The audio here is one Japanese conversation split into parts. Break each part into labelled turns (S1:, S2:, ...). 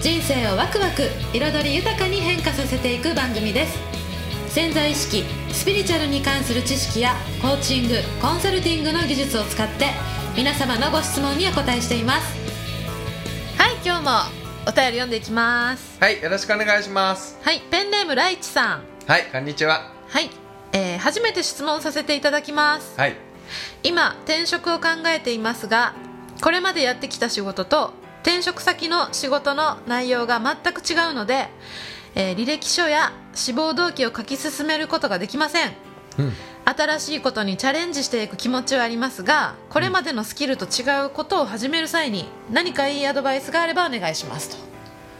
S1: 人生をワクワク彩り豊かに変化させていく番組です潜在意識スピリチュアルに関する知識やコーチングコンサルティングの技術を使って皆様のご質問にお答えしていますはい今日もお便り読んでいきます
S2: はいよろしくお願いします
S1: はいペンネームライチさん
S2: はいこんにちは
S1: はい、えー初めて質問させていただきます
S2: はい
S1: 今転職を考えていますがこれまでやってきた仕事と転職先の仕事の内容が全く違うので、えー履歴書や志望動機を書き進めることができません
S2: うん
S1: 新しいことにチャレンジしていく気持ちはありますがこれまでのスキルと違うことを始める際に何かいいアドバイスがあればお願いしますと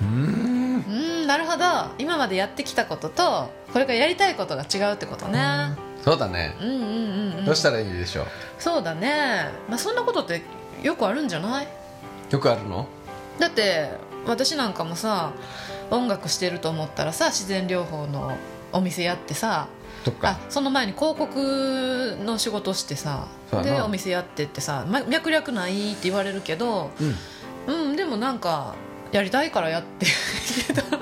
S1: うーんなるほど今までやってきたこととこれからやりたいことが違うってことね
S2: そうだね
S1: うんうんうんうん
S2: どうしたらいいでしょう
S1: そうだねまあそんなことってよくあるんじゃない
S2: よくあるの
S1: だって私なんかもさ音楽してると思ったらさ自然療法のお店やってさ
S2: そっか
S1: あその前に広告の仕事してさ
S2: そうやな
S1: でお店やってってさ、ま、脈略ないって言われるけど
S2: うん
S1: うんでもなんかやりたいからやって るけどっ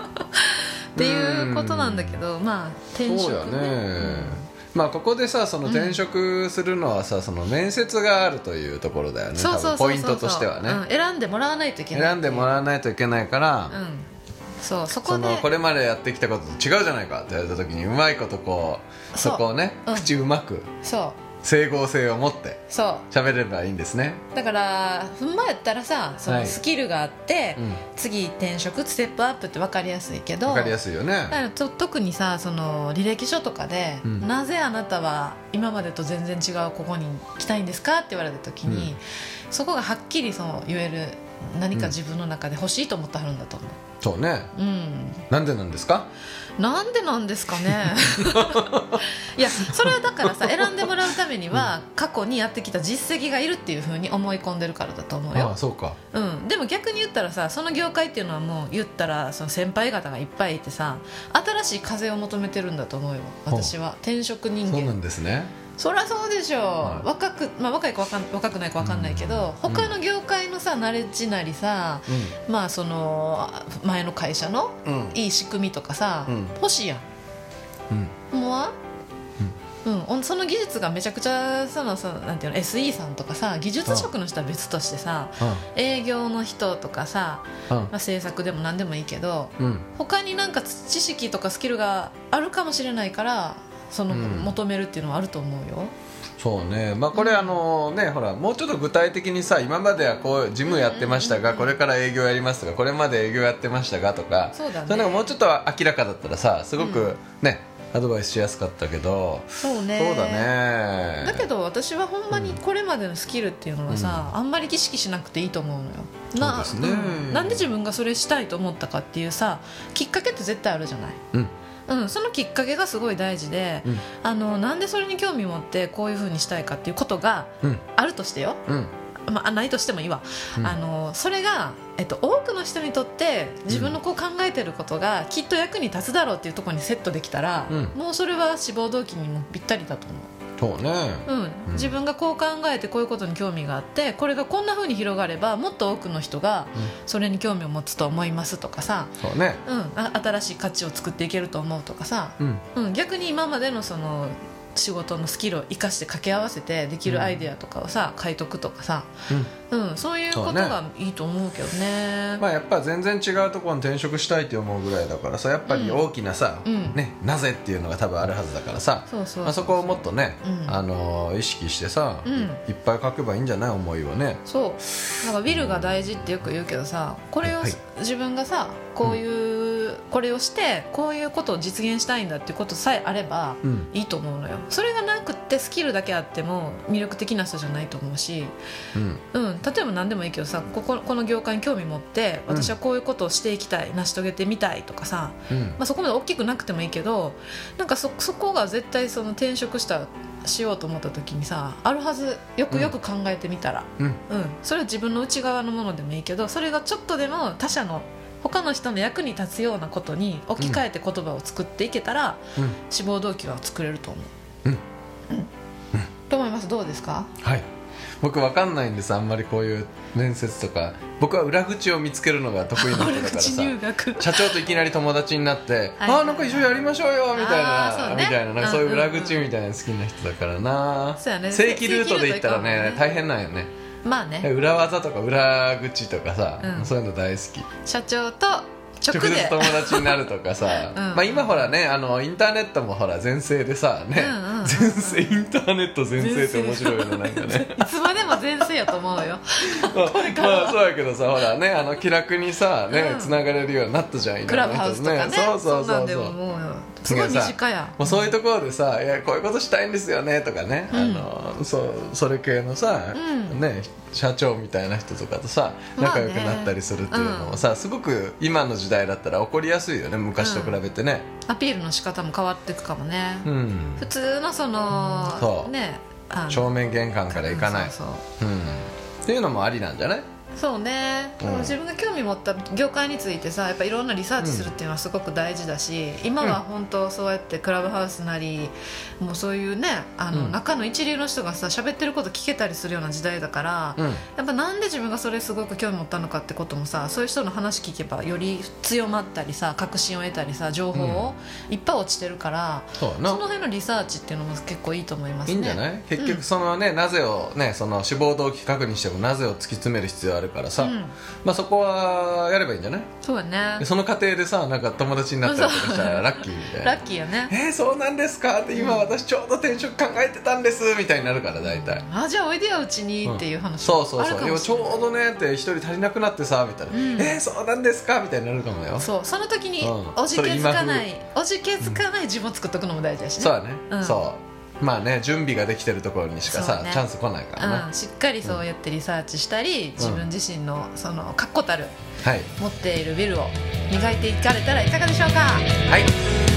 S1: ていうことなんだけどまあ転
S2: そう
S1: 職
S2: やねまあここでさその転職するのはさ、その面接があるというところだよ
S1: うん
S2: ね
S1: そうそうそうそ
S2: 多分
S1: う
S2: ポイントとしてはね、
S1: うん選んでもらわないといけない
S2: 選んでもらわないといけないから、
S1: うんそうそこ
S2: そ
S1: で
S2: のこれまでやってきたことと違うじゃないかって言われた時にうまいことこう
S1: そ
S2: そうこをね、
S1: うん
S2: 口うまく
S1: そう
S2: 整合性を持って
S1: そ
S2: 喋ればいいんですね、
S1: うだからふんまやったらさそ
S2: は
S1: の
S2: い
S1: スキルがあって、
S2: うん、
S1: 次転職ステップアップって分かりやすいけど
S2: 分かりやすいよね
S1: だからと特にさその履歴書とかで、
S2: うん
S1: なぜあなたは今までと全然違うここに来たいんですか?」って言われた時に、
S2: う
S1: そこがはっきりその言える何か自分の中で欲しいと思ってはるんだと思う。
S2: そうね
S1: うん、
S2: なんでなんですか
S1: なんでなんですか ねいやそれはだからさ選んでもらうためには過去にやってきた実績がいるっていうふうに思い込んでるからだと思う
S2: あ
S1: よ
S2: あ、そうか
S1: うん、でも逆に言ったらさその業界っていうのはもう言ったらその先輩方がいっぱいいてさ新しい風を求めてるんだと思うよ私は転職人
S2: そうな
S1: 間
S2: んですね
S1: そりゃそうでしょう、
S2: はい
S1: 若く、まあ、若い子わかん若くない子わかんないけど、
S2: うん
S1: 他の業界のさナレッジなりさまあその前の会社の
S2: うんうん
S1: いい仕組みとかさ、
S2: うん
S1: 欲しいやん
S2: うん
S1: 思わんうん、おその技術がめちゃくちゃそのそのなんていうの SE さんとかさ技術職の人は別としてさ営業の人とかさ、
S2: うん
S1: まあ、制作でも何でもいいけど
S2: うん
S1: 他になんか知識とかスキルがあるかもしれないからその、
S2: うん
S1: 求めるっていうのはあると思うよ
S2: そうねまあこれあのねほらもうちょっと具体的にさ今まではこう事務やってましたがこれから営業やりますとかこれまで営業やってましたがとか
S1: そうだね
S2: それがもうちょっと明らかだったらさすご
S1: う
S2: くね、アドバイスしやすかったけど、
S1: そうね
S2: そうだね
S1: だけど私はほんまにこれまでのスキルっていうのはさ、あんまり意識しなくていいと思うのよな
S2: そうですね
S1: んなんで自分がそれしたいと思ったかっていうさきっかけって絶対あるじゃない
S2: うん
S1: うん、そのきっかけがすごい大事で、
S2: うん
S1: あのなんでそれに興味持ってこういうふうにしたいかっていうことが
S2: うん
S1: あるとしてよ、
S2: うん
S1: まあ、ないとしてもいいわ、
S2: うん
S1: あのそれが、えっと、多くの人にとって自分のこう考えてることがきっと役に立つだろうっていうところにセットできたら、
S2: うん
S1: もうそれは志望動機にもぴったりだと思う。
S2: そうね
S1: うん
S2: うん
S1: 自分がこう考えてこういうことに興味があってこれがこんな風に広がればもっと多くの人が
S2: う
S1: それに興味を持つと思いますとかさ、
S2: そうね
S1: うん、あ新しい価値を作っていけると思うとかさ、
S2: うん
S1: うん、逆に今までのその仕事のスキルを生かして掛け合わせてできるアイデアとかをさ書いとくとかさ、うん、そういうことがいいと思うけどね
S2: うんまあやっぱ全然違うところに転職したいって思うぐらいだからさやっぱり大きなさ、
S1: うん
S2: ね、なぜっていうのが多分あるはずだからさ
S1: そうそう
S2: まあ、そこをもっとね、
S1: うん
S2: あのー意識してさ、
S1: うん
S2: いっぱい書けばいいんじゃない思いをね
S1: そうなんかウィルが大事ってよく言うけどさこれを、
S2: はい
S1: 自分がさこういうずこれをしてこういうことを実現したいんだっていうことさえあれば
S2: うん
S1: いいと思うのよそれがなくってスキルだけあっても魅力的な人じゃないと思うし、
S2: うん
S1: うん、例えば何でもいいけどさこここの業界に興味持って
S2: うん
S1: 私はこういうことをしていきたい成し遂げてみたいとかさ、
S2: うん
S1: まあ、そこまで大きくなくてもいいけどなんかそそこが絶対その転職したしようと思った時にさあるはずよくよく考えてみたら、
S2: うん
S1: うん、それは自分の内側のものでもいいけどそれがちょっとでも他者の他の人の役に立つようなことに置き換えて言葉を作っていけたら、
S2: うん
S1: 志望動機は作れると思う。
S2: うん
S1: うんと思いますどうですか
S2: はい僕わかんないんですあんまりこういう面接とか僕は裏口を見つけるのが得意な人だから
S1: 口
S2: さ
S1: 入学
S2: 社長といきなり友達になって「
S1: はいはいはい
S2: ああなんか一緒にやりましょうよ」みたい
S1: あーそ
S2: な、
S1: うね
S2: みたいななんかそういう裏口
S1: うん
S2: みたいなの好きな人だからな、
S1: そうやね
S2: 正規ルートで行ったらね
S1: 正規ルート行こうね
S2: 大変なんよね
S1: まあね
S2: 裏技とか裏口とかさ、
S1: うん
S2: そういうの大好き
S1: 社長と直
S2: 直
S1: で
S2: 接友達になるとかさ、
S1: うん
S2: まあ、今ほらねあのインターネットもほら全盛でさね、
S1: うんうんうんうん
S2: 全盛インターネット全盛って面白いよねなんかね
S1: いつまでも前世やと思うよ
S2: まあ
S1: から
S2: まあそうやけどさほらねあの気楽にさね
S1: うん
S2: つな、がれるようになったじゃん
S1: クラブハウスとかね
S2: そうそうそうそうん
S1: なんでももうすごい身近や
S2: もうそういうところでさ「いやこういうことしたいんですよね」とかね、
S1: うん
S2: あのそうそれ系のさ、
S1: うん
S2: ね、社長みたいな人とかとさ
S1: まあ
S2: 仲
S1: ね
S2: 良くなったりするっていうのもさ、すごく今の時代だったら起こりやすいよね昔と比べてね。
S1: アピールの仕方も変わっていくかもね、
S2: うん
S1: 普通のそ
S2: そ
S1: の
S2: う
S1: ねあの
S2: 正面玄関から行かない、
S1: うんそうそう
S2: うんっていうのもありなんじゃない
S1: そうね、
S2: うん
S1: その自分が興味持った業界についてさやっぱいろんなリサーチするっていうのはすごく大事だし、今は本当そうやってクラブハウスなりもうそういうねあの、
S2: うん
S1: 中の一流の人がさ喋ってること聞けたりするような時代だから、
S2: うん
S1: やっぱなんで自分がそれすごく興味持ったのかってこともさそういう人の話聞けばより強まったりさ確信を得たりさ情報をいっぱい落ちてるから、
S2: そうや
S1: そ
S2: な
S1: の辺のリサーチっていうのも結構いいと思います
S2: いい
S1: ね。
S2: んじゃない、結局そのね、なぜをねその志望動機確認してもなぜを突き詰める必要あるからさ、
S1: うん、
S2: まあそこはやればいいんじゃない
S1: そうやね
S2: でその過程でさなんか友達になったりとかしたらラッキーみたいな
S1: ラッキーやね
S2: えー、そうなんですかって今私ちょうど転職考えてたんですみたいになるから大体、
S1: あじゃあおいでようちにっていう話、
S2: そうそう
S1: ある
S2: そ
S1: か
S2: う
S1: も
S2: 今
S1: し
S2: ち
S1: れ
S2: ょ
S1: ないう
S2: どねって一人足りなくなってさみたいな、
S1: うん
S2: えー、そうなんですかみたいになるかもよそ
S1: そうその時に
S2: うん
S1: おじけづかない、おじけづかない自分を作っとくのも大事だしね
S2: うだね、
S1: うん
S2: そうまあね準備ができてるところにしか
S1: そ
S2: さ、
S1: うね
S2: チャンス来ないからね、
S1: うん、しっかりそうやってリサーチしたり、自分自身のその確固たる
S2: はい
S1: 持っているビルを磨いていかれたらいかがでしょうか
S2: はい